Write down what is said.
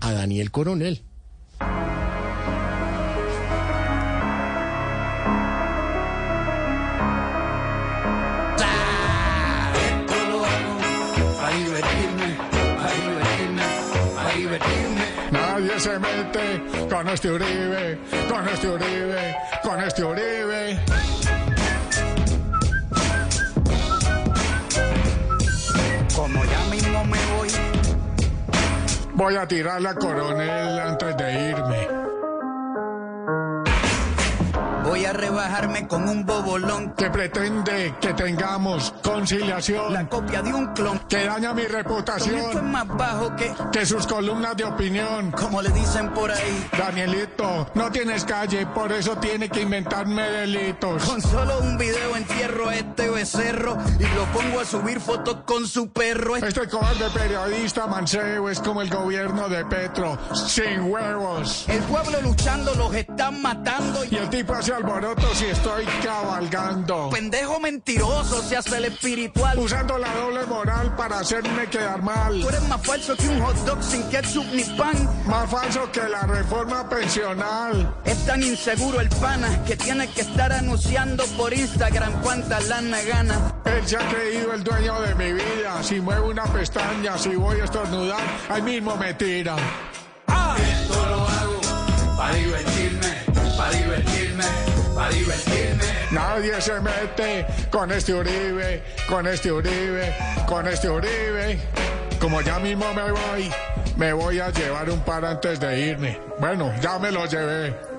a Daniel Coronel. Nadie se mete con este Uribe, con este Uribe, con este Uribe. Como ya mismo me voy, Voy a tirar la coronel antes de irme. voy a rebajarme con un bobolón. Que pretende que tengamos conciliación, La copia de un clon. que daña mi Esto es reputación, más bajo que, que sus columnas de opinión. como le dicen por ahí. Danielito, no tienes calle, por eso tiene que inventarme delitos. Con solo un video entierro a este becerro y lo pongo a subir fotos con su perro. Este Este cobarde periodista mancebo es como el gobierno de Petro, sin huevos. El pueblo luchando los están matando Y y el tipo hace alboroto si estoy cabalgando. pendejo mentiroso se hace el espiritual. Usando la doble moral para hacerme quedar Tú mal. eres más falso que un hot dog sin ketchup ni pan. Más falso que la reforma pensional. Es tan inseguro el pana que tiene que estar anunciando por Instagram cuánta lana gana. Él se ha creído el dueño de mi vida. Si muevo una pestaña, si voy a estornudar, ahí mismo me tira. Ah. Esto lo hago para divertirme, para divertirme, para divertirme. Nadie se mete con este Uribe, con este Uribe, con este Uribe. Como ya mismo me voy, me voy a llevar un par antes de irme. Bueno, ya me lo llevé.